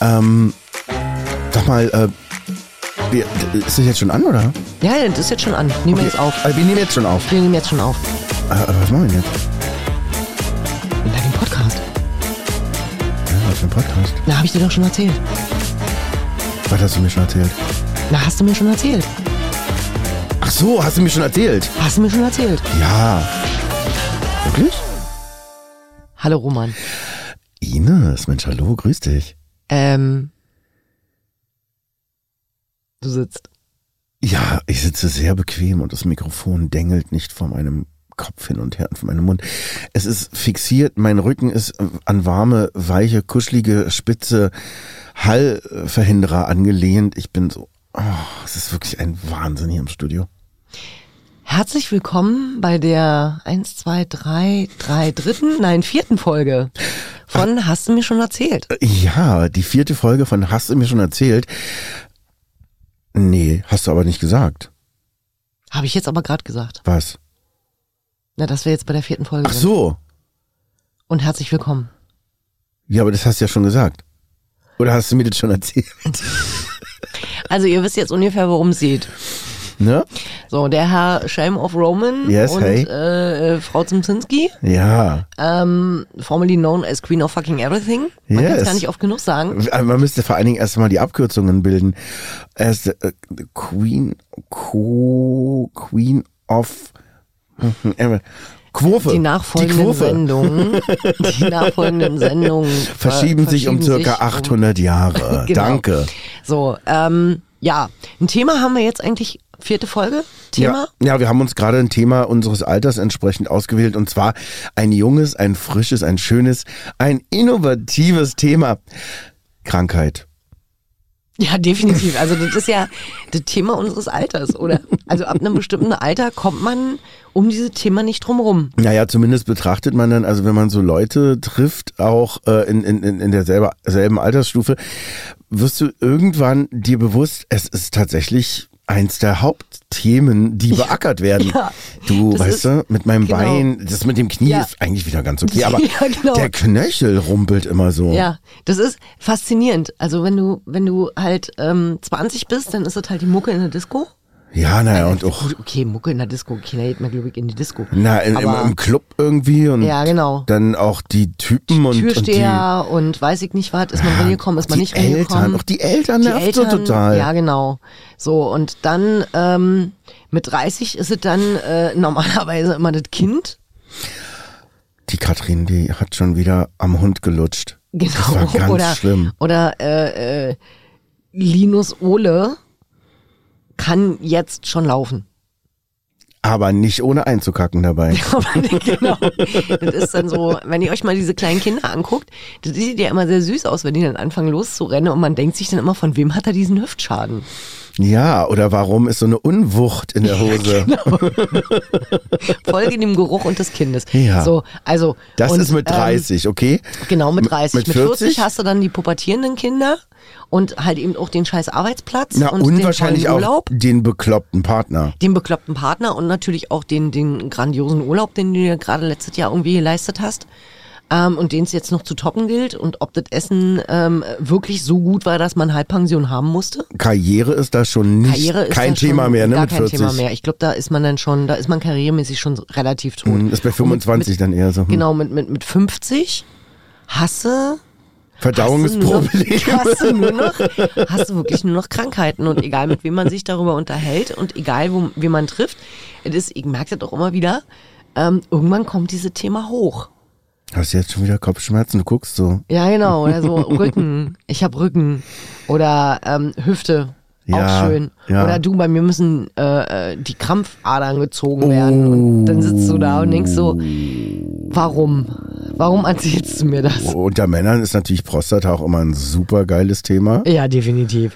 Ähm, sag mal, äh, wir, ist das jetzt schon an, oder? Ja, ja, das ist jetzt schon an. Nehmen wir jetzt auf. Äh, wir nehmen jetzt schon auf. Wir nehmen jetzt schon auf. Äh, aber was machen wir denn jetzt? Na, den Podcast. Ja, was für ein Podcast? Na, habe ich dir doch schon erzählt. Was hast du mir schon erzählt? Na, hast du mir schon erzählt. Ach so, hast du mir schon erzählt? Hast du mir schon erzählt. Ja. Wirklich? Hallo Roman. Ines, Mensch, hallo, grüß dich. Ähm. Du sitzt. Ja, ich sitze sehr bequem und das Mikrofon dengelt nicht vor meinem Kopf hin und her und vor meinem Mund. Es ist fixiert, mein Rücken ist äh, an warme, weiche, kuschelige, spitze Hallverhinderer angelehnt. Ich bin so, oh, es ist wirklich ein Wahnsinn hier im Studio. Herzlich willkommen bei der 1, 2, 3, 3 dritten, nein, vierten Folge von Hast du mir schon erzählt? Ja, die vierte Folge von Hast du mir schon erzählt? Nee, hast du aber nicht gesagt. Habe ich jetzt aber gerade gesagt. Was? Na, dass wir jetzt bei der vierten Folge Ach sind. so. Und herzlich willkommen. Ja, aber das hast du ja schon gesagt. Oder hast du mir das schon erzählt? Also ihr wisst jetzt ungefähr, worum es geht. Ne? So, der Herr Shame of Roman Yes, und hey. äh, äh, Frau Zimzinski, Ja. ähm, formerly known as Queen of Fucking Everything. Man kann Yes. es gar nicht oft genug sagen. Man müsste vor allen Dingen erstmal die Abkürzungen bilden. Erst äh, Queen, Co, Queen of Quofe. Die nachfolgenden Die Quofe Sendungen, die nachfolgenden Sendungen ver- verschieben sich um verschieben circa sich 800 Jahre. Genau. Danke. So, ähm, ja, ein Thema haben wir jetzt eigentlich vierte Folge. Thema. Ja, ja, wir haben uns gerade ein Thema unseres Alters entsprechend ausgewählt und zwar ein junges, ein frisches, ein schönes, ein innovatives Thema. Krankheit. Ja, definitiv. Also das ist ja das Thema unseres Alters, oder? Also ab einem bestimmten Alter kommt man um dieses Thema nicht drum rum. Naja, zumindest betrachtet man dann, also wenn man so Leute trifft, auch äh, in, in, in in derselben selben Altersstufe, wirst du irgendwann dir bewusst, es ist tatsächlich eins der Hauptthemen, die beackert werden. Ja. du Das weißt ist- du, mit meinem genau. Bein, das mit dem Knie Ja. ist eigentlich wieder ganz okay, aber Ja, genau. der Knöchel rumpelt immer so. Ja, das ist faszinierend. Also wenn du, wenn du halt ähm, 20 bist, dann ist das halt die Mucke in der Disco. Ja, naja, und auch Gut, okay, Mucke in der Disco, okay, da geht man glaube ich in die Disco. na, im, im, Aber im Club irgendwie und Ja, genau. dann auch die Typen und, und die, Türsteher und, weiß ich nicht was, ist man reingekommen, ist man die nicht Eltern, reingekommen. auch die Eltern Die nervt so total. Ja, genau. So, und dann ähm, mit 30 ist es dann äh, normalerweise immer das Kind. Die Katrin, die hat schon wieder am Hund gelutscht. Genau. Das war ganz oder schlimm. oder äh, äh, Linus Ole kann jetzt schon laufen. Aber nicht ohne einzukacken dabei. genau. Das ist dann so, wenn ihr euch mal diese kleinen Kinder anguckt, das sieht ja immer sehr süß aus, wenn die dann anfangen loszurennen und man denkt sich dann immer, von wem hat er diesen Hüftschaden? Ja, oder warum ist so eine Unwucht in der Hose? genau. Folge dem Geruch und des Kindes. Ja. So, also, Das und, ist mit ähm, 30, okay? Genau, mit M- 30. mit Mit 40? 40 hast du dann die pubertierenden Kinder und halt eben auch den scheiß Arbeitsplatz Na, und den unwahrscheinlich tollen auch Urlaub, den bekloppten Partner. den bekloppten Partner und natürlich auch den, den grandiosen Urlaub, den du dir gerade letztes Jahr irgendwie geleistet hast. Ähm, und den es jetzt noch zu toppen gilt und ob das Essen ähm, wirklich so gut war, dass man Halbpension haben musste. Karriere ist da schon nicht Karriere ist kein da Thema schon mehr, ne? gar Mit kein 40. Thema mehr. Ich glaube, da ist man dann schon, da ist man karrieremäßig schon relativ tot. Hm, Ist bei 25 dann eher so. hm. Genau, mit, mit, mit 50 hasse Verdauungsproblem. Hast du, nur noch, hast, du nur noch, hast du wirklich nur noch Krankheiten und egal mit wem man sich darüber unterhält und egal wo, wen man trifft, es ist, ich merke das auch immer wieder, ähm, irgendwann kommt dieses Thema hoch. Hast du jetzt schon wieder Kopfschmerzen? Du guckst so. Ja genau, oder so Rücken, ich habe Rücken oder ähm, Hüfte. Ja, auch schön. ja. Oder du, bei mir müssen äh, äh, die Krampfadern gezogen werden. Und dann sitzt du da und denkst so, warum? Warum erzählst du mir das? Unter Männern ist natürlich Prostata auch immer ein super geiles Thema. Ja, definitiv.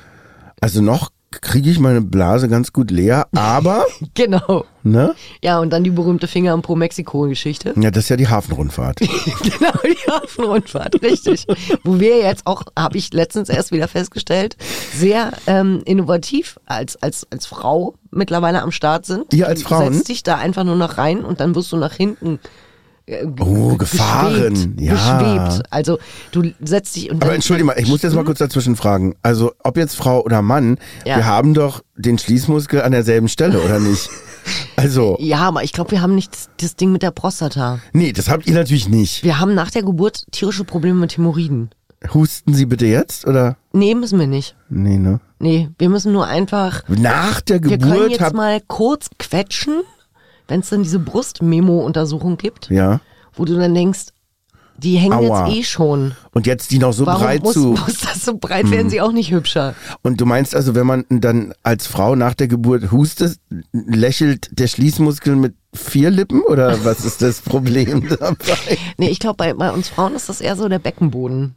Also noch kriege ich meine Blase ganz gut leer, aber, Genau. ne? Ja, und dann die berühmte Finger im Pro Mexiko-Geschichte. Ja, das ist ja die Hafenrundfahrt. genau, die Hafenrundfahrt, richtig. Wo wir jetzt auch, habe ich letztens erst wieder festgestellt, sehr ähm, innovativ als, als, als Frau mittlerweile am Start sind. Ihr als Du Frauen? setzt dich da einfach nur noch rein und dann wirst du nach hinten äh, g- Oh, g- Gefahren, geschwebt, ja. geschwebt. Also du setzt dich und Aber dann- entschuldige mal, ich muss jetzt mal kurz dazwischen fragen. Also, ob jetzt Frau oder Mann, Ja. wir haben doch den Schließmuskel an derselben Stelle, oder nicht? Also, Ja, aber ich glaube, wir haben nicht das, das Ding mit der Prostata. nee, das habt ihr natürlich nicht. Wir haben nach der Geburt tierische Probleme mit Hämorrhoiden. Husten Sie bitte jetzt, oder? Nee, müssen wir nicht. Nee, ne? Nee, wir müssen nur einfach Nach der Wir können Geburt jetzt habt mal kurz quetschen, wenn es dann diese Brustmemo-Untersuchung gibt, Ja. wo du dann denkst, die hängen Aua. jetzt eh schon. Und jetzt die noch so Warum breit muss, zu. Hm. muss das so breit werden? Sie auch nicht hübscher. Und du meinst also, wenn man dann als Frau nach der Geburt hustet, lächelt der Schließmuskel mit vier Lippen oder was ist das Problem dabei? Nee, ich glaube, bei, bei uns Frauen ist das eher so der Beckenboden.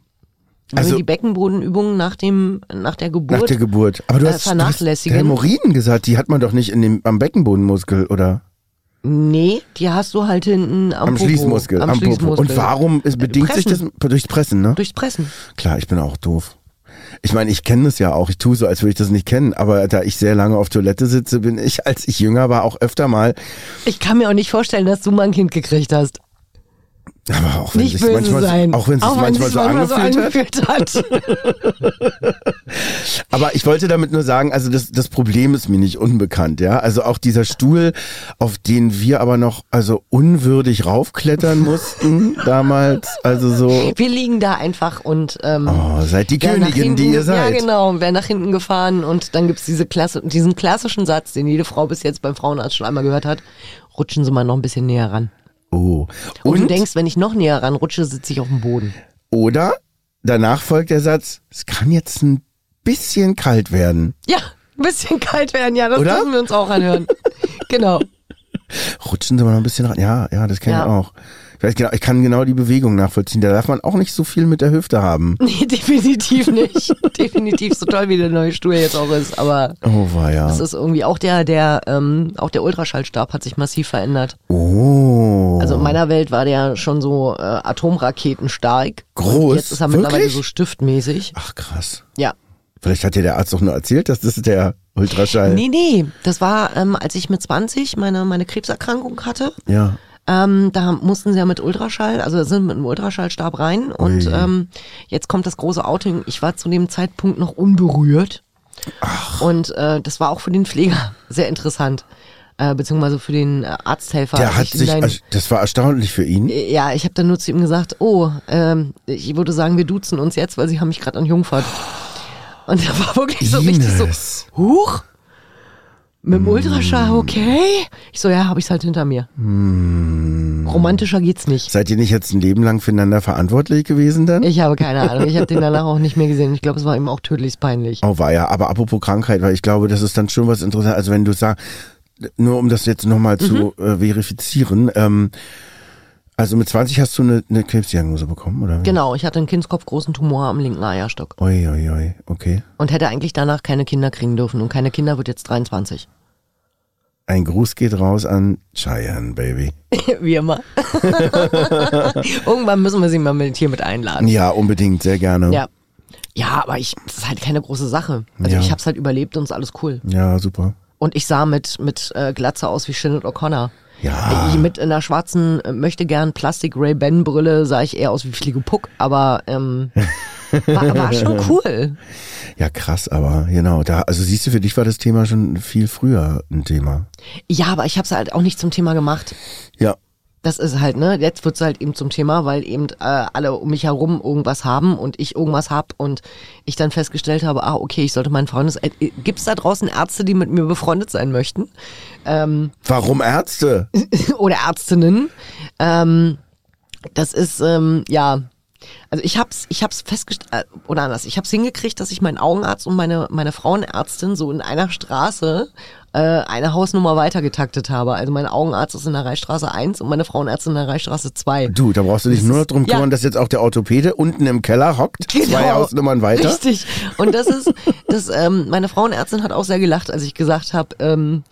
Wenn Also- wir die Beckenbodenübungen nach, dem, nach der Geburt. Nach der Geburt. Aber du Äh, hast, du hast vernachlässigen. Hämorrhoiden gesagt, die hat man doch nicht in dem, am Beckenbodenmuskel, oder? nee, die hast du halt hinten am, Am Popo, Schließmuskel. Am, am Popo. Schließmuskel. Und warum ist, bedingt sich das Pressen. durchs Pressen, ne? Durchs Pressen. Klar, ich bin auch doof. Ich meine, ich kenne das ja auch. Ich tue so, als würde ich das nicht kennen. Aber da ich sehr lange auf Toilette sitze, bin ich, als ich jünger war, auch öfter mal. Ich kann mir auch nicht vorstellen, dass du mal ein Kind gekriegt hast. Aber auch wenn nicht es böse sich manchmal, sein. so- auch wenn es sich manchmal, sich's so angefühlt hat. so angefühlt hat. Aber ich wollte damit nur sagen, also das, das Problem ist mir nicht unbekannt, ja. Also auch dieser Stuhl, auf den wir aber noch also unwürdig raufklettern mussten damals, also so. Wir liegen da einfach und ähm, Oh, seid die wer nach Königin, die hinten- ihr seid. Ja, genau. Und wer nach hinten gefahren und dann gibt's diese Klasse, diesen klassischen Satz, den jede Frau bis jetzt beim Frauenarzt schon einmal gehört hat. Rutschen Sie mal noch ein bisschen näher ran. Oh. Und, Und, du denkst, wenn ich noch näher ran rutsche, sitze ich auf dem Boden. oder danach folgt der Satz, es kann jetzt ein bisschen kalt werden. Ja, ein bisschen kalt werden, ja, das Oder? dürfen wir uns auch anhören. genau. Rutschen Sie mal noch ein bisschen ran. Ja, ja, das kenne Ja. ich auch. Ich, weiß genau, ich kann genau die Bewegung nachvollziehen. Da darf man auch nicht so viel mit der Hüfte haben. Nee, definitiv nicht. definitiv so toll, wie der neue Stuhl jetzt auch ist, aber. Oh, war ja. Das ist irgendwie auch der, der, ähm, auch der Ultraschallstab hat sich massiv verändert. Oh. Also in meiner Welt war der schon so äh, Atomraketenstark. Groß? Jetzt ist er mittlerweile Wirklich? so stiftmäßig. Ach, krass. Ja. Vielleicht hat dir der Arzt doch nur erzählt, dass das der Ultraschall. Nee, nee. Das war, ähm, als ich mit 20 meine, meine Krebserkrankung hatte. Ja. Ähm, da mussten sie ja mit Ultraschall, also sind mit einem Ultraschallstab rein. Und Ui. ähm, jetzt kommt das große Outing. Ich war zu dem Zeitpunkt noch unberührt. Ach. Und äh, das war auch für den Pfleger sehr interessant. Äh, beziehungsweise für den äh, Arzthelfer. Der als hat ich ihm sich, dann- also das war erstaunlich für ihn. Ja, ich habe dann nur zu ihm gesagt, oh, ähm, ich würde sagen, wir duzen uns jetzt, weil sie haben mich gerade an Jungfahrt. Und er war wirklich so richtig so, Ines. huch, mit dem Ultraschall, okay. Ich so, ja, habe ich's halt hinter mir. Romantischer geht's nicht. Seid ihr nicht jetzt ein Leben lang füreinander verantwortlich gewesen dann? Ich habe keine Ahnung, ich habe den danach auch nicht mehr gesehen. Ich glaube, es war ihm auch tödlich peinlich. Oh, war ja. Aber apropos Krankheit, weil ich glaube, das ist dann schon was interessant. Also wenn du sagst, nur um das jetzt nochmal zu Mhm. äh, verifizieren, ähm, also mit 20 hast du eine, eine Krebsdiagnose bekommen, oder? wie? Genau, ich hatte einen kindskopfgroßen Tumor am linken Eierstock Oi, oi, oi, okay. und hätte eigentlich danach keine Kinder kriegen dürfen. Und keine Kinder wird jetzt 23. Ein Gruß geht raus an Cheyenne, Baby. Wie immer. Irgendwann müssen wir sie mal mit, hier mit einladen. Ja, unbedingt, sehr gerne. Ja. Ja, aber ich, das ist halt keine große Sache. Also Ja. ich hab's halt überlebt und ist alles cool. Ja, super. Und ich sah mit, mit äh, Glatze aus wie Shinnet O'Connor. Ja. Ich mit einer schwarzen, äh, möchte gern Plastik Ray Ban Brille sah ich eher aus wie Fliege Puck, aber ähm, war, war schon cool. Ja, krass, aber genau. Da, also siehst du, für dich war das Thema schon viel früher ein Thema. Ja, aber ich hab's halt auch nicht zum Thema gemacht. Ja. Das ist halt, ne? Jetzt wird's halt eben zum Thema, weil eben äh, alle um mich herum irgendwas haben und ich irgendwas hab und ich dann festgestellt habe, ah, okay, ich sollte meinen Freundes... Äh, gibt's da draußen Ärzte, die mit mir befreundet sein möchten? Warum Ärzte? oder Ärztinnen. Ähm, das ist, ähm, ja, also ich hab's, ich hab's festgestellt, äh, oder anders, ich hab's hingekriegt, dass ich meinen Augenarzt und meine, meine Frauenärztin so in einer Straße äh, eine Hausnummer weiter getaktet habe. Also mein Augenarzt ist in der Reichstraße 1 und meine Frauenärztin in der Reichstraße 2. Du, da brauchst du dich nur noch drum ja. kümmern, dass jetzt auch der Orthopäde unten im Keller hockt, Genau. zwei Hausnummern weiter. Richtig. Und das ist, das, ähm, meine Frauenärztin hat auch sehr gelacht, als ich gesagt habe, ähm,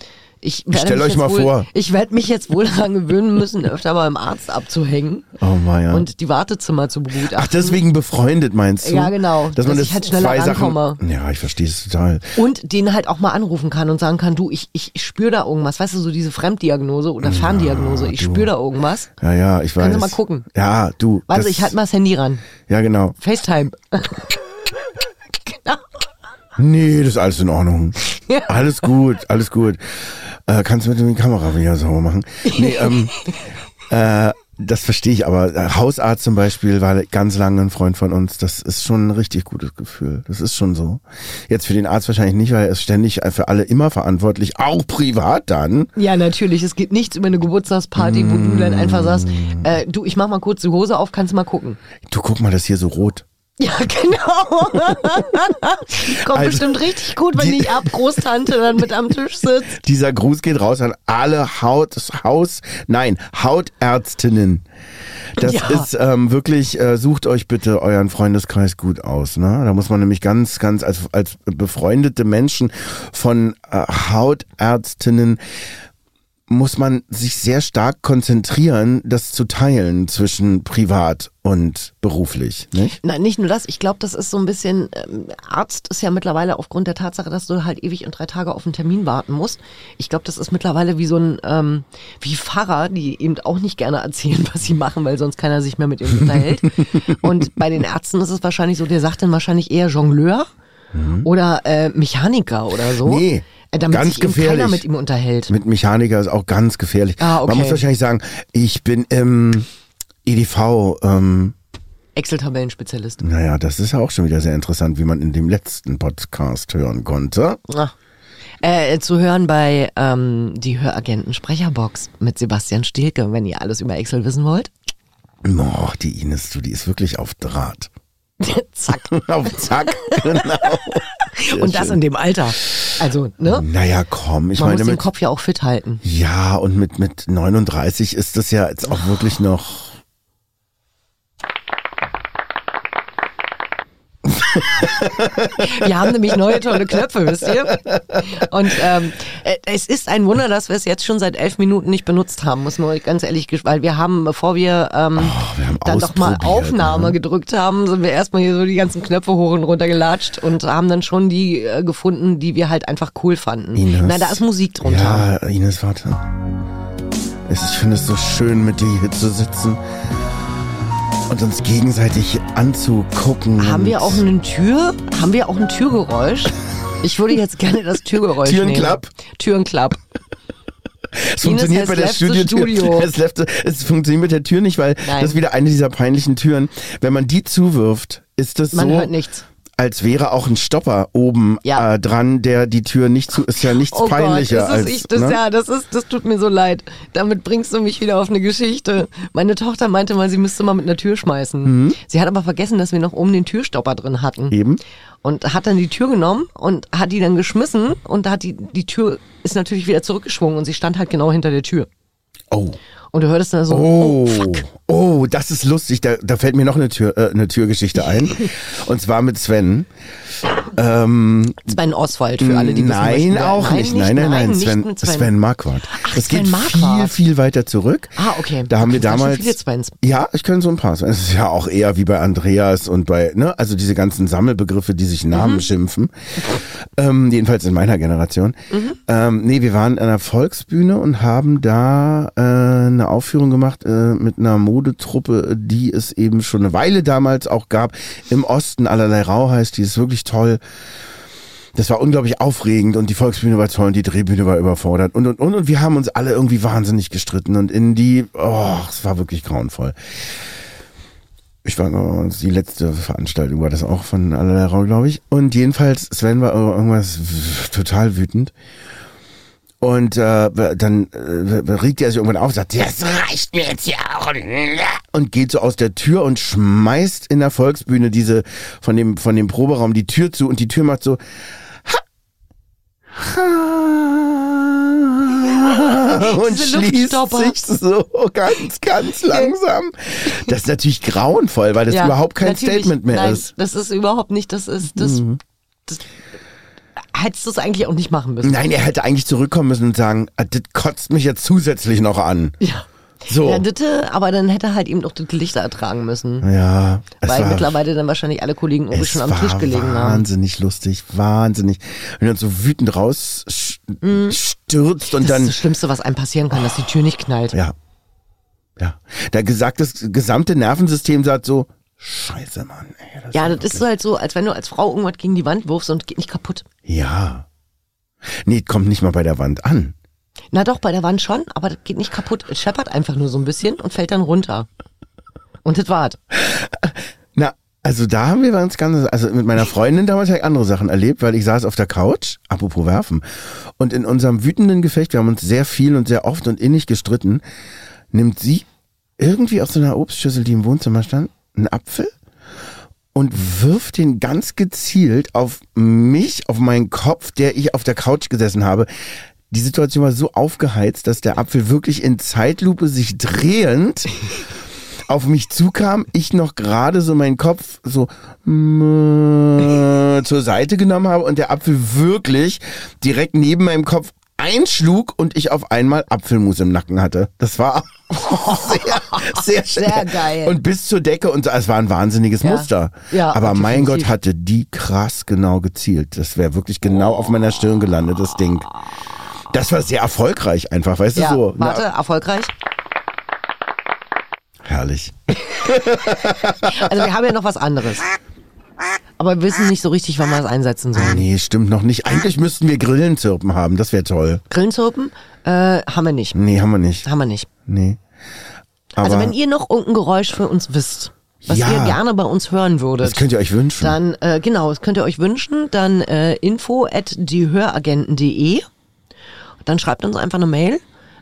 Ich werde Stellt mich euch jetzt mal wohl, vor. Ich werde mich jetzt wohl daran gewöhnen müssen, öfter beim Arzt abzuhängen Oh Meier. und die Wartezimmer zu begutachten. Ach, deswegen befreundet meinst du? Ja, genau. Dass man das Dass ich halt schneller zwei rankomme. Sachen. Ja, ich verstehe es total. Und den halt auch mal anrufen kann und sagen kann, du, ich, ich spüre da irgendwas. Weißt du, so diese Fremddiagnose oder Ferndiagnose, ich du. spüre da irgendwas. Ja, ja, ich weiß. Kannst du mal gucken. Ja, du. Warte, das- ich halt mal das Handy ran. Ja, genau. FaceTime. genau. Nee, das ist alles in Ordnung. Ja. Alles gut, alles gut. Äh, kannst du mit der Kamera wieder sauber machen? Nee, ähm, äh, das verstehe ich, aber äh, Hausarzt zum Beispiel war ganz lange ein Freund von uns. Das ist schon ein richtig gutes Gefühl. Das ist schon so. Jetzt für den Arzt wahrscheinlich nicht, weil er ist ständig äh, für alle immer verantwortlich, auch privat dann. Ja, natürlich. Es geht nichts über eine Geburtstagsparty, wo du dann einfach sagst, äh, du, ich mach mal kurz die Hose auf, kannst mal gucken. Du guck mal, das hier so rot. Ja, genau. Kommt Also, bestimmt richtig gut, wenn die- die, ich ab Großtante dann mit am Tisch sitzt. Dieser Gruß geht raus an alle Haut, Haus, nein, Hautärztinnen. Das Ja. ist ähm, wirklich, äh, sucht euch bitte euren Freundeskreis gut aus. Ne? Da muss man nämlich ganz, ganz als, als befreundete Menschen von äh, Hautärztinnen muss man sich sehr stark konzentrieren, das zu teilen zwischen privat und beruflich. Nicht? Nein, nicht nur das. Ich glaube, das ist so ein bisschen, ähm, Arzt ist ja mittlerweile aufgrund der Tatsache, dass du halt ewig und drei Tage auf einen Termin warten musst. Ich glaube, das ist mittlerweile wie so ein, ähm, wie Pfarrer, die eben auch nicht gerne erzählen, was sie machen, weil sonst keiner sich mehr mit ihnen unterhält. und bei den Ärzten ist es wahrscheinlich so, der sagt dann wahrscheinlich eher Jongleur oder äh, Mechaniker oder so. Mhm. Nee, Äh, damit ganz sich eben keiner gefährlich. mit ihm unterhält. Mit Mechaniker ist auch ganz gefährlich. Ah, okay. Man muss wahrscheinlich sagen, ich bin im EDV, ähm, Excel-Tabellenspezialist. Naja, das ist ja auch schon wieder sehr interessant, wie man in dem letzten Podcast hören konnte. Ah. Äh, zu hören bei ähm, die Höragenten Sprecherbox mit Sebastian Stielke, wenn ihr alles über Excel wissen wollt. Oh, die Ines, du, die ist wirklich auf Draht. Zack. auf Zack, genau. Sehr Und das schön. in dem Alter. Also, ne? Naja, komm, ich Man meine muss den mit, Kopf ja auch fit halten. ja, und mit, mit 39 ist das ja jetzt auch wirklich noch. Wir haben nämlich neue tolle Knöpfe, wisst ihr? Und ähm, äh, es ist ein Wunder, dass wir es jetzt schon seit elf Minuten nicht benutzt haben, muss man euch ganz ehrlich ges- weil wir haben, bevor wir, ähm, Oh, wir haben dann doch mal ausprobiert, Aufnahme gedrückt haben, sind wir erstmal hier so die ganzen Knöpfe hoch und runter gelatscht und haben dann schon die äh, gefunden, die wir halt einfach cool fanden. Ines. Na, da ist Musik drunter. Ja, Ines, warte. Es- Ich finde es so schön, mit dir hier zu sitzen und uns gegenseitig anzugucken. Haben wir und- auch eine Tür? Haben wir auch ein Türgeräusch? Ich würde jetzt gerne das Türgeräusch Türenklapp? nehmen. Türenklapp. Es funktioniert Ines, bei der das letzte Studiotür. Studio. Es, läuft- es funktioniert mit der Tür nicht, weil Nein. das ist wieder eine dieser peinlichen Türen. Wenn man die zuwirft, ist das Man so, hört nichts. als wäre auch ein Stopper oben Ja. äh, dran, der die Tür nicht zu. Ist ja nichts Oh peinlicher Gott, das als. ist ich, das, ne? ja, das ist, das tut mir so leid. Damit bringst du mich wieder auf eine Geschichte. Meine Tochter meinte mal, sie müsste mal mit einer Tür schmeißen. Sie hat aber vergessen, dass wir noch oben den Türstopper drin hatten. Mhm. Eben. Und hat dann die Tür genommen und hat die dann geschmissen und da hat die, die Tür ist natürlich wieder zurückgeschwungen und sie stand halt genau hinter der Tür. Oh. Und du hörtest dann so, Oh, oh, das ist lustig. Da, da fällt mir noch eine, Tür, äh, eine Türgeschichte ein. Und zwar mit Sven. Sven Oswald für alle, die wissen möchten, Nein, wer- auch nicht. Nein, nein, nein. nicht Sven, mit Sven. Marquardt. Ach, das Sven geht viel, Marquardt. viel weiter zurück. Ah, okay. Da haben wir Okay, das sind schon damals. viele Svens. Ja, ich kenne so ein paar. Svens. Es ist ja auch eher wie bei Andreas und bei, ne, also diese ganzen Sammelbegriffe, die sich Namen Mhm. schimpfen. Ähm, jedenfalls in meiner Generation. Mhm. Ähm, nee, wir waren an der Volksbühne und haben da äh, eine Aufführung gemacht äh, mit einer Modetruppe, die es eben schon eine Weile damals auch gab. Im Osten allerlei Rau heißt, die ist wirklich toll. Das war unglaublich aufregend und die Volksbühne war toll und die Drehbühne war überfordert und und und und wir haben uns alle irgendwie wahnsinnig gestritten und in die, oh, es war wirklich grauenvoll. Ich war oh, die letzte Veranstaltung war das auch von allerlei Rau, glaube ich. Und jedenfalls Sven war irgendwas w- total wütend. Und äh, dann äh, regt er sich irgendwann auf und sagt, das reicht mir jetzt ja auch. Und geht so aus der Tür und schmeißt in der Volksbühne diese von dem von dem Proberaum die Tür zu und die Tür macht so und Diese schließt Luftstopper. sich so ganz ganz langsam. Das ist natürlich grauenvoll, weil das Ja, überhaupt kein natürlich. Statement mehr Nein, ist. Das ist überhaupt nicht, das ist das. das hättest du es eigentlich auch nicht machen müssen. Nein, er hätte eigentlich zurückkommen müssen und sagen, ah, das kotzt mich jetzt zusätzlich noch an. Ja. So. Ja, ditte, aber dann hätte er halt eben auch das Lichter ertragen müssen. Ja, es weil war, mittlerweile dann wahrscheinlich alle Kollegen irgendwie es schon am war Tisch gelegen haben. wahnsinnig lustig, wahnsinnig. Wenn du uns so wütend rausstürzt und Mhm. Das dann ist das Schlimmste, was einem passieren kann, dass die Tür nicht knallt. Ja. Ja. Da gesagt, das gesamte Nervensystem sagt so, Scheiße, Mann. Ey, das Ja, das ist so halt so, als wenn du als Frau irgendwas gegen die Wand wirfst und geht nicht kaputt. Ja. Nee, kommt nicht mal bei der Wand an. Na doch, bei der Wand schon, aber das geht nicht kaputt. Es scheppert einfach nur so ein bisschen und fällt dann runter. Und das war's. Na, also da haben wir ganz ganz, also mit meiner Freundin damals habe ich andere Sachen erlebt, weil ich saß auf der Couch, apropos werfen, und in unserem wütenden Gefecht, wir haben uns sehr viel und sehr oft und innig gestritten, nimmt sie irgendwie aus so einer Obstschüssel, die im Wohnzimmer stand, einen Apfel und wirft den ganz gezielt auf mich, auf meinen Kopf, der ich auf der Couch gesessen habe. Die Situation war so aufgeheizt, dass der Apfel wirklich in Zeitlupe sich drehend auf mich zukam, ich noch gerade so meinen Kopf so mm, zur Seite genommen habe und der Apfel wirklich direkt neben meinem Kopf einschlug und ich auf einmal Apfelmus im Nacken hatte. Das war sehr, sehr, schnell. Sehr geil. Und bis zur Decke und so. Es war ein wahnsinniges Ja. Muster. Ja, Aber mein definitiv. Gott hatte die krass genau gezielt. Das wäre wirklich genau auf meiner Stirn gelandet, das Ding. Das war sehr erfolgreich einfach, weißt Ja, du Also so. warte, erfolgreich. Na, herrlich. Also wir haben ja noch was anderes. Aber wir wissen nicht so richtig, wann wir es einsetzen sollen. Nee, stimmt noch nicht. Eigentlich müssten wir Grillenzirpen haben, das wäre toll. Grillenzirpen äh, haben wir nicht. Nee, haben wir nicht. Haben wir nicht. Nee. Aber Also wenn ihr noch irgendein Geräusch für uns wisst, was Ja. ihr gerne bei uns hören würdet, das könnt ihr euch wünschen. dann äh, genau, das könnt ihr euch wünschen, dann äh, info at diehöragenten.de. Dann schreibt uns einfach eine Mail,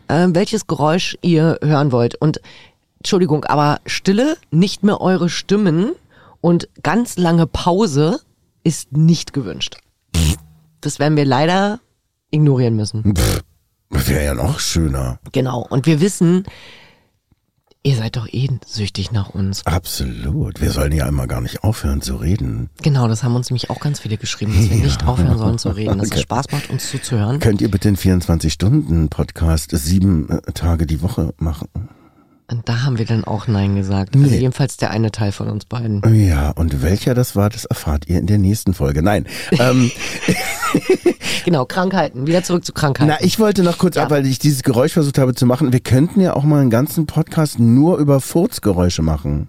äh, welches Geräusch ihr hören wollt. Und Entschuldigung, aber Stille, nicht mehr eure Stimmen und ganz lange Pause ist nicht gewünscht. Das werden wir leider ignorieren müssen. Wäre ja noch schöner. Genau. Und wir wissen, ihr seid doch eh süchtig nach uns. Absolut. Wir sollen ja immer gar nicht aufhören zu reden. Genau, das haben uns nämlich auch ganz viele geschrieben, dass wir nicht aufhören sollen zu reden, dass es Spaß macht, uns zuzuhören. Könnt ihr bitte den 24-Stunden-Podcast sieben äh, Tage die Woche machen? Und da haben wir dann auch Nein gesagt. Also Nee. jedenfalls der eine Teil von uns beiden. Ja, und welcher das war, das erfahrt ihr in der nächsten Folge. Nein. Ähm, Genau, Krankheiten. Wieder zurück zu Krankheiten. na, ich wollte noch kurz ab, weil ich dieses Geräusch versucht habe zu machen. Wir könnten ja auch mal einen ganzen Podcast nur über Furzgeräusche machen.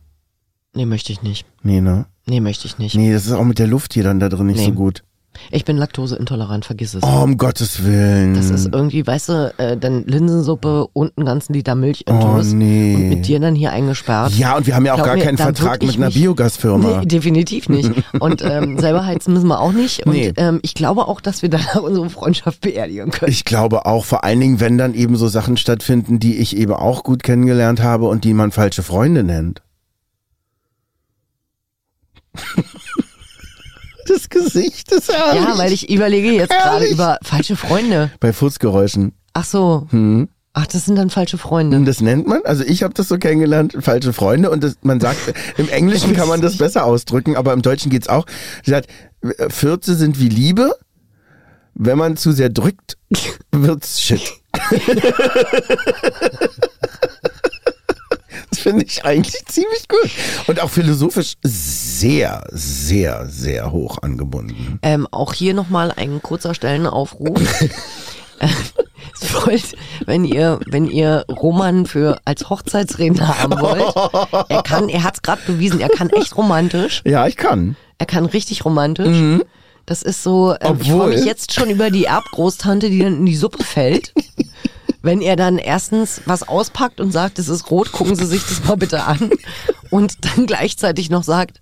nee, möchte ich nicht. Nee, ne? Nee, möchte ich nicht. Nee, das ist auch mit der Luft hier dann da drin nicht Nee. so gut. Ich bin laktoseintolerant, vergiss es. Oh, mm. um Gottes Willen. Das ist irgendwie, weißt du, äh, dann Linsensuppe und einen ganzen Liter Milch in Oh, Toast nee. und mit dir dann hier eingesperrt. ja, und wir haben ja auch Glaub gar mir, keinen dann Vertrag würd ich mit einer mich- Biogasfirma. Nee, definitiv nicht. Und ähm, selber heizen müssen wir auch nicht. Und Nee. ähm, ich glaube auch, dass wir da unsere Freundschaft beerdigen können. Ich glaube auch, vor allen Dingen, wenn dann eben so Sachen stattfinden, die ich eben auch gut kennengelernt habe und die man falsche Freunde nennt. das Gesicht ist herrlich. Ja, weil ich überlege jetzt gerade Ehrlich? über falsche Freunde. Bei Fußgeräuschen. Ach so. Hm. Ach, das sind dann falsche Freunde. Das nennt man, also ich habe das so kennengelernt, falsche Freunde und das, man sagt, im Englischen kann man das besser ausdrücken, aber im Deutschen geht's auch. Sie sagt, Fürze sind wie Liebe, wenn man zu sehr drückt, wird's Shit. Das finde ich eigentlich ziemlich gut. Und auch philosophisch sehr, sehr, sehr hoch angebunden. Ähm, auch hier nochmal ein kurzer Stellenaufruf. Äh, es wollt, wenn ihr, wenn ihr Roman für als Hochzeitsredner haben wollt, er kann, er hat's gerade bewiesen, er kann echt romantisch, Ja, ich kann. er kann richtig romantisch. Das ist so, ähm, ich freue Obwohl- mich jetzt schon über die Erbgroßtante, die dann in die Suppe fällt. Wenn er dann erstens was auspackt und sagt, es ist rot, gucken Sie sich das mal bitte an. Und dann gleichzeitig noch sagt,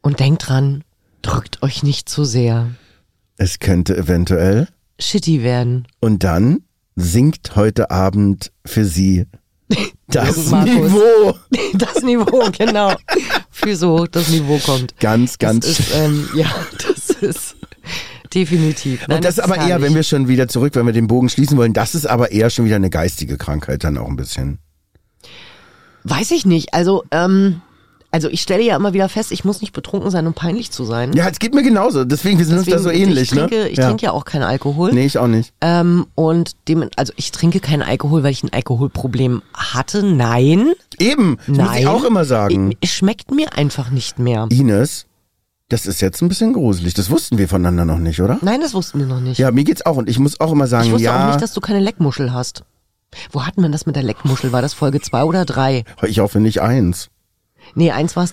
und denkt dran, drückt euch nicht zu sehr. Es könnte eventuell. Shitty werden. Und dann singt heute Abend für sie das Markus. Niveau. Das Niveau, genau. Für so hoch das Niveau kommt. Ganz, ganz. Das ist, ähm, ja, das ist definitiv. Nein, und das ist aber eher, herrlich. wenn wir schon wieder zurück, wenn wir den Bogen schließen wollen, das ist aber eher schon wieder eine geistige Krankheit dann auch ein bisschen. Weiß ich nicht. Also, ähm, Also ich stelle ja immer wieder fest, ich muss nicht betrunken sein, um peinlich zu sein. Ja, es geht mir genauso. Deswegen, wir sind uns da so Deswegen, ähnlich, ich trinke, ne? Ich ja. trinke ja auch keinen Alkohol. Nee, ich auch nicht. Ähm, und dem, also ich trinke keinen Alkohol, weil ich ein Alkoholproblem hatte. Nein. Eben, das muss Nein. ich auch immer sagen. Es schmeckt mir einfach nicht mehr. Ines, das ist jetzt ein bisschen gruselig. Das wussten wir voneinander noch nicht, oder? Nein, das wussten wir noch nicht. Ja, mir geht's auch. Und ich muss auch immer sagen, ich wusste ja. auch nicht, dass du keine Leckmuschel hast. Wo hatten wir das mit der Leckmuschel? War das Folge zwei oder drei? ich hoffe nicht eins. Nee, eins war es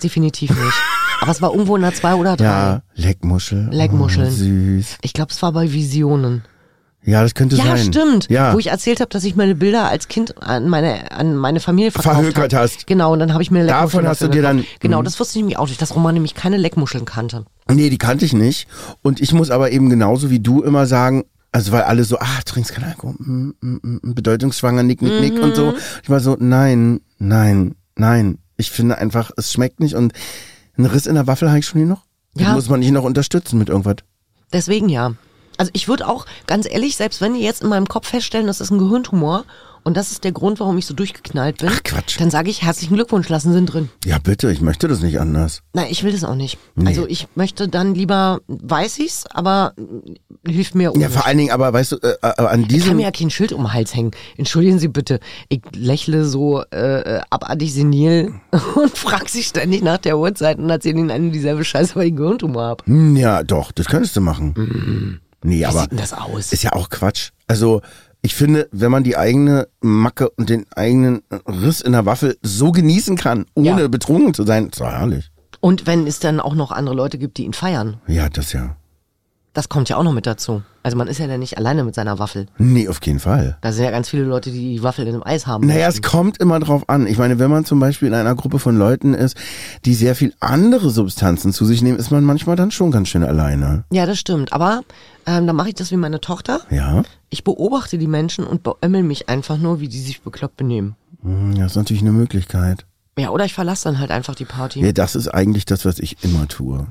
definitiv nicht. Aber es war irgendwo in der zwei oder drei. Ja, Leckmuschel. Leckmuscheln. Oh, süß. Ich glaube, es war bei Visionen. Ja, das könnte Ja, sein. stimmt. Ja. Wo ich erzählt habe, dass ich meine Bilder als Kind an meine, an meine Familie verkauft Verhökert hab. hast. Genau, und dann habe ich mir eine Davon Leckmuschel hast du dafür dir dann- gekauft. Genau, Mhm. das wusste ich nämlich auch nicht, dass Roman nämlich keine Leckmuscheln kannte. Nee, die kannte ich nicht. Und ich muss aber eben genauso wie du immer sagen, also weil alle so, ah, trinkst keinen Alkohol, mm, mm, mm, bedeutungsschwanger, nick, nick, nick und Mhm. so. Ich war so, nein, nein, nein. Ich finde einfach, es schmeckt nicht und ein Riss in der Waffel habe ich schon genug. Den Ja. muss man nicht noch unterstützen mit irgendwas. Deswegen ja. Also ich würde auch, ganz ehrlich, selbst wenn die jetzt in meinem Kopf feststellen, das ist ein Gehirntumor und das ist der Grund, warum ich so durchgeknallt bin, Ach, Quatsch. dann sage ich herzlichen Glückwunsch, lassen Sie ihn drin. Ja, bitte, ich möchte das nicht anders. Nein, ich will das auch nicht. Also ich möchte dann lieber, weiß ich's, aber mm, hilft mir auch Ja, nicht. vor allen Dingen, aber weißt du, äh, äh, an Ich kann diesem mir ja kein Schild um den Hals hängen. Entschuldigen Sie bitte. Ich lächle so äh, äh, abartig senil und frage Sie ständig nach der Uhrzeit und erzähle Ihnen einen dieselbe Scheiße, weil ich einen Gehirntumor habe. Hm, Ja, doch, das könntest du machen. Nee, Wie aber sieht denn das aus? ist ja auch Quatsch. Also, ich finde, wenn man die eigene Macke und den eigenen Riss in der Waffel so genießen kann, ohne Ja. betrunken zu sein, ist doch herrlich. Und wenn es dann auch noch andere Leute gibt, die ihn feiern. Ja, das ja. Das kommt ja auch noch mit dazu. Also man ist ja dann nicht alleine mit seiner Waffel. Nee, auf jeden Fall. Da sind ja ganz viele Leute, die die Waffel in dem Eis haben. Naja, es kommt immer drauf an. Ich meine, wenn man zum Beispiel in einer Gruppe von Leuten ist, die sehr viel andere Substanzen zu sich nehmen, ist man manchmal dann schon ganz schön alleine. ja, das stimmt. Aber ähm, dann mache ich das wie meine Tochter. Ja, Ich beobachte die Menschen und beömmel mich einfach nur, wie die sich bekloppt benehmen. Hm, das ist natürlich eine Möglichkeit. Ja, oder ich verlasse dann halt einfach die Party. Ja, das ist eigentlich das, was ich immer tue.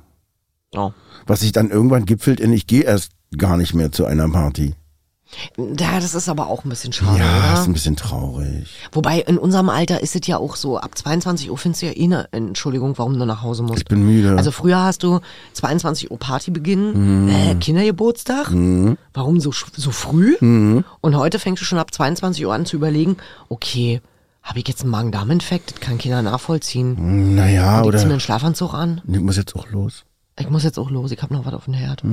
Ja. Was sich dann irgendwann gipfelt in, ich gehe erst gar nicht mehr zu einer Party. Ja, das ist aber auch ein bisschen schade, Ja, ist oder? ein bisschen traurig. Wobei in unserem Alter ist es ja auch so, ab 22 Uhr findest du ja eh eine Entschuldigung, warum du nach Hause musst. Ich bin müde. Also früher hast du 22 Uhr Party beginnen, Mhm. äh, Kindergeburtstag, warum so, sch- so früh? Mhm. Und heute fängst du schon ab 22 Uhr an zu überlegen, okay, habe ich jetzt einen Magen-Darm-Infekt? Das kann Kinder nachvollziehen. naja, Mhm. Ich zieh mir Hm, oder? einen Schlafanzug an. Ich muss jetzt auch los. Ich muss jetzt auch los, ich habe noch was auf dem Herd.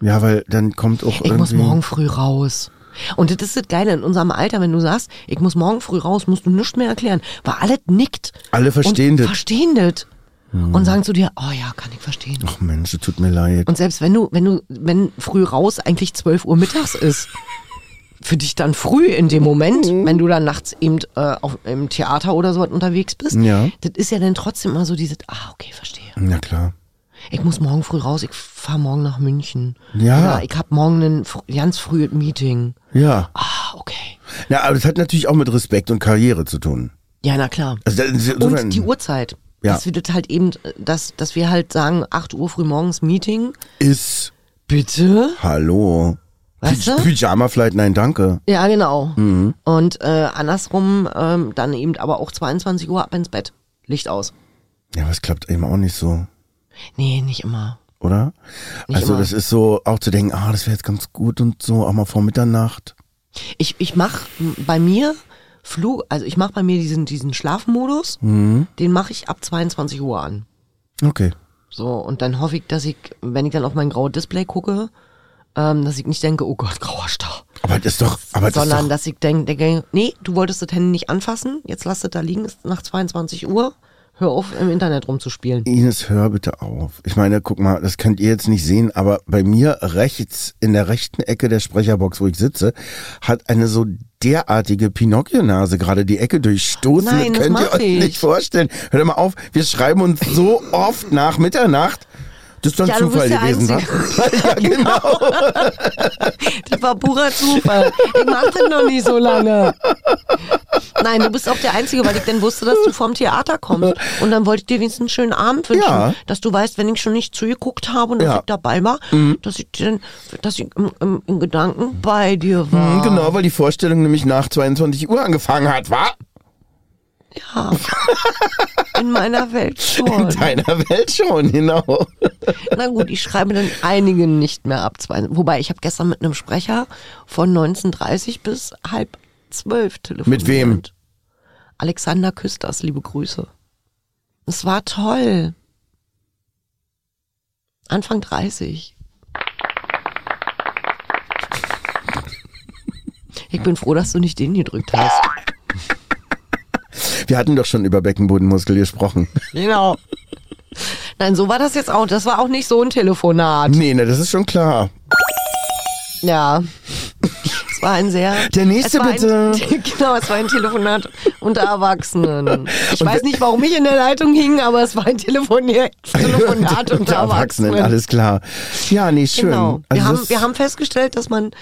Ja, weil dann kommt auch Hm. Ich Mhm. irgendwie. muss morgen früh raus. Und das ist das Geile in unserem Alter, wenn du sagst, ich muss morgen früh raus, musst du nichts mehr erklären. Weil alle nickt. Alle verstehen und das. Mhm. Verstehen das. Und sagen zu dir, oh ja, kann ich verstehen. Ach Mensch, es tut mir leid. Und selbst wenn du, wenn du, wenn früh raus eigentlich 12 Uhr mittags ist, für dich dann früh in dem Moment, Mhm. wenn du dann nachts eben äh, auf, im Theater oder so unterwegs bist, Ja. das ist ja dann trotzdem immer so dieses, ah, okay, verstehe. Na klar. Ich muss morgen früh raus, ich fahre morgen nach München. Ja. Oder ich habe morgen ein fr- ganz frühes Meeting. Ja. Ah, okay. Na, aber das hat natürlich auch mit Respekt und Karriere zu tun. Ja, na klar. Also, das- insofern- Und die Uhrzeit. Ja. Dass wir das halt eben, äh, dass, dass wir halt sagen, 8 Uhr früh morgens Meeting. Ist. Bitte? Hallo. Weißt Py- du? Pyjama Flight, nein, danke. Ja, genau. Mhm. Und äh, andersrum ähm, dann eben aber auch 22 Uhr ab ins Bett. Licht aus. Ja, aber es klappt eben auch nicht so, Nee, nicht immer. oder? Nicht also, immer. das ist so, auch zu denken, ah, das wäre jetzt ganz gut und so, auch mal vor Mitternacht. Ich, ich mache bei mir Flug, also ich mache bei mir diesen, diesen Schlafmodus, Mhm. den mache ich ab 22 Uhr an. Okay. So, und dann hoffe ich, dass ich, wenn ich dann auf mein graues Display gucke, ähm, dass ich nicht denke, oh Gott, grauer Star. Aber das ist doch, aber das ist doch, Sondern, dass ich denke, denke, nee, du wolltest das Handy nicht anfassen, jetzt lass es da liegen, ist nach 22 Uhr, hör auf, im Internet rumzuspielen. Ines, hör bitte auf. Ich meine, guck mal, das könnt ihr jetzt nicht sehen, aber bei mir rechts, in der rechten Ecke der Sprecherbox, wo ich sitze, hat eine so derartige Pinocchio-Nase gerade die Ecke durchstoßen. Nein, das das könnt ihr mach euch ich. nicht vorstellen. Hört doch mal auf, wir schreiben uns so oft nach Mitternacht. Das ist doch ein Ja, du Zufall bist der gewesen, wa? ja, genau. Das war purer Zufall. Ich mach das noch nicht so lange. Nein, du bist auch der Einzige, weil ich dann wusste, dass du vorm Theater kommst. Und dann wollte ich dir wenigstens einen schönen Abend wünschen. Ja. Dass du weißt, wenn ich schon nicht zugeguckt habe und dass Ja. Mhm. ich dabei war, dass ich, dann, dass ich im, im, in Gedanken bei dir war. Mhm, Genau, weil die Vorstellung nämlich nach 22 Uhr angefangen hat, wa? Ja. In meiner Welt In schon. deiner Welt schon, genau. Na gut, ich schreibe dann einigen nicht mehr ab. Zwei. Wobei, ich habe gestern mit einem Sprecher von 1930 bis halb zwölf telefoniert. Mit wem? Alexander Küsters, liebe Grüße. Es war toll. Anfang 30. Ich bin froh, dass du nicht den gedrückt hast. Wir hatten doch schon über Beckenbodenmuskel gesprochen. Genau. Nein, so war das jetzt auch. Das war auch nicht so ein Telefonat. Nee, na, das ist schon klar. Ja. Es war ein sehr. Der nächste es war bitte. Ein, genau, es war ein Telefonat unter Erwachsenen. Ich weiß nicht, warum ich in der Leitung hing, aber es war ein Telefonier Telefonat unter Erwachsenen. alles klar. Ja, nee, schön. Genau. Wir, Also haben, das- wir haben festgestellt, dass man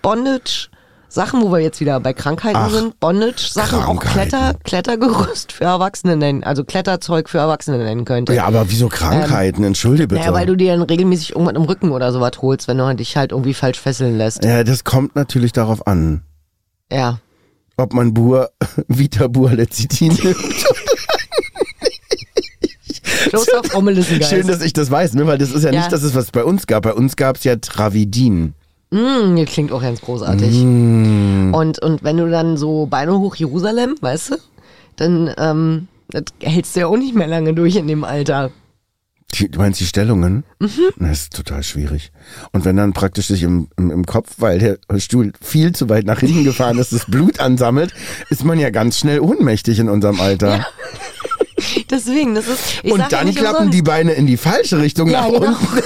Bondage. Sachen, wo wir jetzt wieder bei Krankheiten Ach, sind, Bondage-Sachen, auch Krankheiten. Kletter, Klettergerüst für Erwachsene nennen, also Kletterzeug für Erwachsene nennen könnte. ja, aber wieso Krankheiten? Entschuldige bitte. Ähm, Naja, weil du dir dann regelmäßig irgendwann im Rücken oder sowas holst, wenn du dich halt irgendwie falsch fesseln lässt. ja, das kommt natürlich darauf an, Ja. ob man Bur, Vita Bur Lecithin nimmt. Kloster Frommel ist ein Geist. Schön, dass ich das weiß, ne? weil das ist ja, Ja. nicht, dass es was bei uns gab. Bei uns gab es ja Travidin. Mm, das klingt auch ganz großartig. Mm. Und, und wenn du dann so Beine hoch Jerusalem, weißt du, dann ähm, das hältst du ja auch nicht mehr lange durch in dem Alter. Die, du meinst die Stellungen? Mhm. Das ist total schwierig. Und wenn dann praktisch sich im, im, im Kopf, weil der Stuhl viel zu weit nach hinten gefahren ist, das Blut ansammelt, ist man ja ganz schnell ohnmächtig in unserem Alter. Deswegen, das ist. Ich sag Und ja dann nicht klappen die umsonst. Beine in die falsche Richtung Ja, nach genau. unten.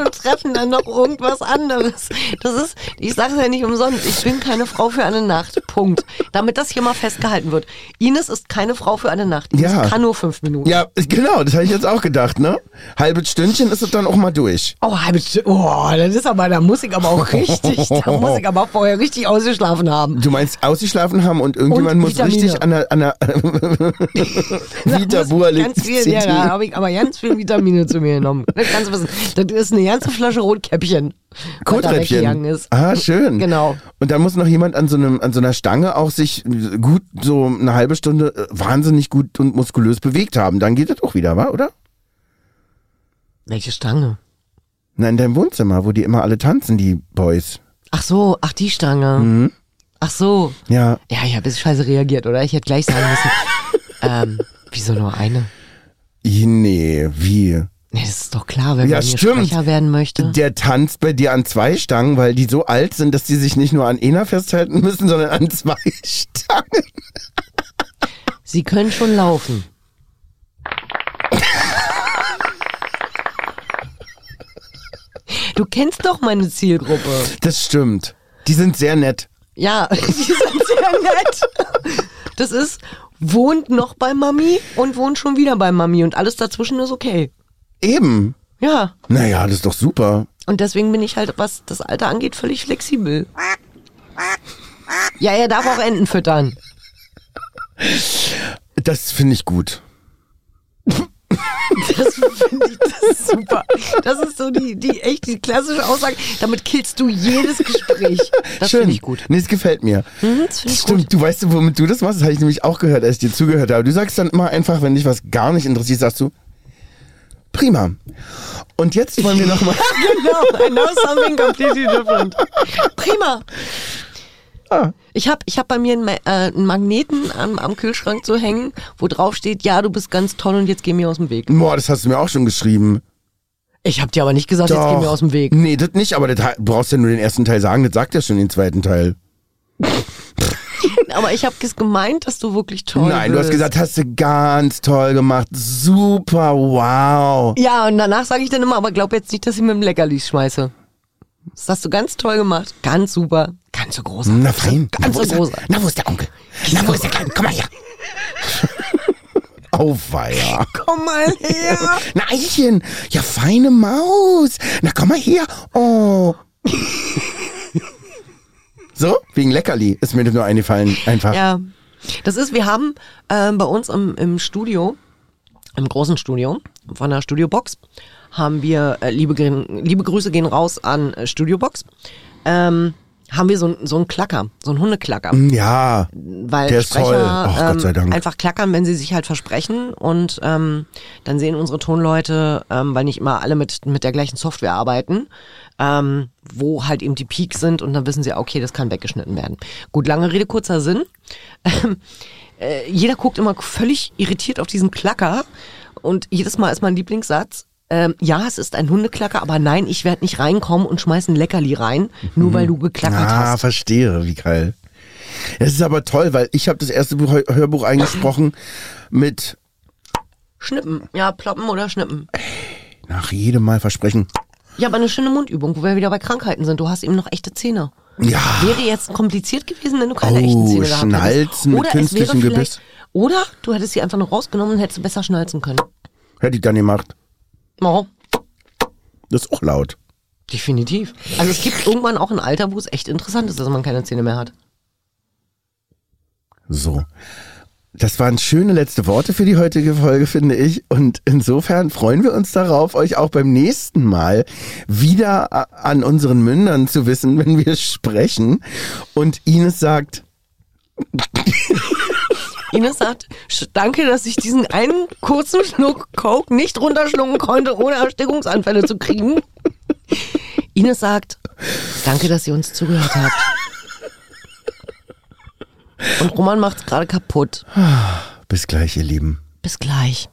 und treffen dann noch irgendwas anderes. Das ist, ich sag's ja nicht umsonst, ich bin keine Frau für eine Nacht. Punkt. Damit das hier mal festgehalten wird. Ines ist keine Frau für eine Nacht. Ines Ja. kann nur fünf Minuten. Ja, genau, das habe ich jetzt auch gedacht, ne? Halbes Stündchen ist es dann auch mal durch. Oh, halbe Stunde. Oh, das ist aber, da muss ich aber auch richtig, da muss ich aber vorher richtig ausgeschlafen haben. Du meinst ausgeschlafen haben und irgendjemand Und muss Vitamine. richtig an der, an der Vita Da muss ich ganz viel, ja, da Bualexin. habe ich aber ganz viel Vitamine zu mir genommen. Das kannst du wissen. Das ist eine ganze Flasche Rotkäppchen. was da weggegangen Koträppchen. ist. Ah, schön. Genau. Und dann muss noch jemand an so, einem, an so einer Stange auch sich gut so eine halbe Stunde äh, wahnsinnig gut und muskulös bewegt haben. Dann geht das auch wieder, wa? oder? Welche Stange? Na, in deinem Wohnzimmer, wo die immer alle tanzen, die Boys. Ach so, ach die Stange. Mhm. Ach so. Ja. Ja, ich habe jetzt scheiße reagiert, oder? Ich hätte gleich sagen müssen. ähm, wieso nur eine? Ih, Nee, wie? Nee, das ist doch klar, wenn Ja, man hier stimmt. Sprecher werden möchte. Der tanzt bei dir an zwei Stangen, weil die so alt sind, dass die sich nicht nur an einer festhalten müssen, sondern an zwei Stangen. Sie können schon laufen. Du kennst doch meine Zielgruppe. Das stimmt. Die sind sehr nett. Ja, die sind sehr nett. Das ist, wohnt noch bei Mami und wohnt schon wieder bei Mami und alles dazwischen ist okay. Eben. Ja. Naja, das ist doch super. Und deswegen bin ich halt, was das Alter angeht, völlig flexibel. Ja, er darf auch Enten füttern. Das finde ich gut. Das finde ich das ist super. Das ist so die, die echt die klassische Aussage. Damit killst du jedes Gespräch. Das Schön. finde ich gut. Mhm, Nee, das gefällt mir. das finde ich Stimmt, du weißt, womit du das machst? Das habe ich nämlich auch gehört, als ich dir zugehört habe. Du sagst dann immer einfach, wenn dich was gar nicht interessiert, sagst du, prima. Und jetzt wollen wir nochmal... Genau, I know something completely different. Prima. Ich habe ich hab bei mir einen, Ma- äh, einen Magneten am, am Kühlschrank zu hängen, wo drauf steht, ja, du bist ganz toll und jetzt geh mir aus dem Weg. Boah, das hast du mir auch schon geschrieben. Ich habe dir aber nicht gesagt, jetzt geh mir aus dem Weg. Nee, das nicht, aber das brauchst ja nur den ersten Teil sagen, das sagt ja schon den zweiten Teil. Aber ich habe gemeint, dass du wirklich toll bist. Nein, du hast gesagt, hast du ganz toll gemacht. Super, wow. Ja, und danach sage ich dann immer, aber glaub jetzt nicht, dass ich mit dem Leckerlis schmeiße. Das hast du ganz toll gemacht. Ganz super. Ganz so groß. Na fein. Ganz wo so ist er? groß. Na, wo ist der Onkel? Na, wo ist der Kleine? Komm mal her. Auweia. Komm mal her. Na, Eichen. Ja, feine Maus. Na, komm mal her. Oh. so, wegen Leckerli ist mir das nur eingefallen. Einfach. Ja. Das ist, wir haben ähm, bei uns im, im Studio, im großen Studio, von der Studiobox, haben wir, äh, liebe, Grin- liebe Grüße gehen raus an äh, Studiobox, ähm, haben wir so, einen- so einen Klacker, so einen Hundeklacker. Ja, Weil der ist toll. Sprecher Ach, Gott sei ähm, Dank. einfach klackern, wenn sie sich halt versprechen. Und ähm, dann sehen unsere Tonleute, ähm, weil nicht immer alle mit, mit der gleichen Software arbeiten, ähm, wo halt eben die Peaks sind und dann wissen sie, okay, das kann weggeschnitten werden. Gut, lange Rede, kurzer Sinn. Äh, jeder guckt immer völlig irritiert auf diesen Klacker und jedes Mal ist mein Lieblingssatz. Ähm, ja, es ist ein Hundeklacker, aber nein, ich werde nicht reinkommen und schmeißen Leckerli rein, nur weil du geklackert Mhm. Ah, hast. verstehe, wie geil. Es ist aber toll, weil ich habe das erste Buch, Hörbuch eingesprochen mit Schnippen, ja, ploppen oder schnippen. nach jedem Mal Versprechen. Ja, aber eine schöne Mundübung, wo wir wieder bei Krankheiten sind. Du hast eben noch echte Zähne. Ja, Wäre jetzt kompliziert gewesen, wenn du Oh, keine echten Zähne gehabt hättest. Schnalzen mit es wäre künstlichem vielleicht- Gebiss. Oder du hättest sie einfach noch rausgenommen und hättest sie besser schnalzen können. hätte ich dann gemacht. Oh, Das ist auch laut. definitiv. Also es gibt irgendwann auch ein Alter, wo es echt interessant ist, dass man keine Zähne mehr hat. So. Das waren schöne letzte Worte für die heutige Folge, finde ich. Und insofern freuen wir uns darauf, euch auch beim nächsten Mal wieder a- an unseren Mündern zu wissen, wenn wir sprechen. Und Ines sagt, Ines sagt, "Sch- danke, dass ich diesen einen kurzen Schluck Coke nicht runterschlucken konnte, ohne Erstickungsanfälle zu kriegen. Ines sagt, danke, dass ihr uns zugehört habt. Und Roman macht's gerade kaputt. bis gleich, ihr Lieben. Bis gleich.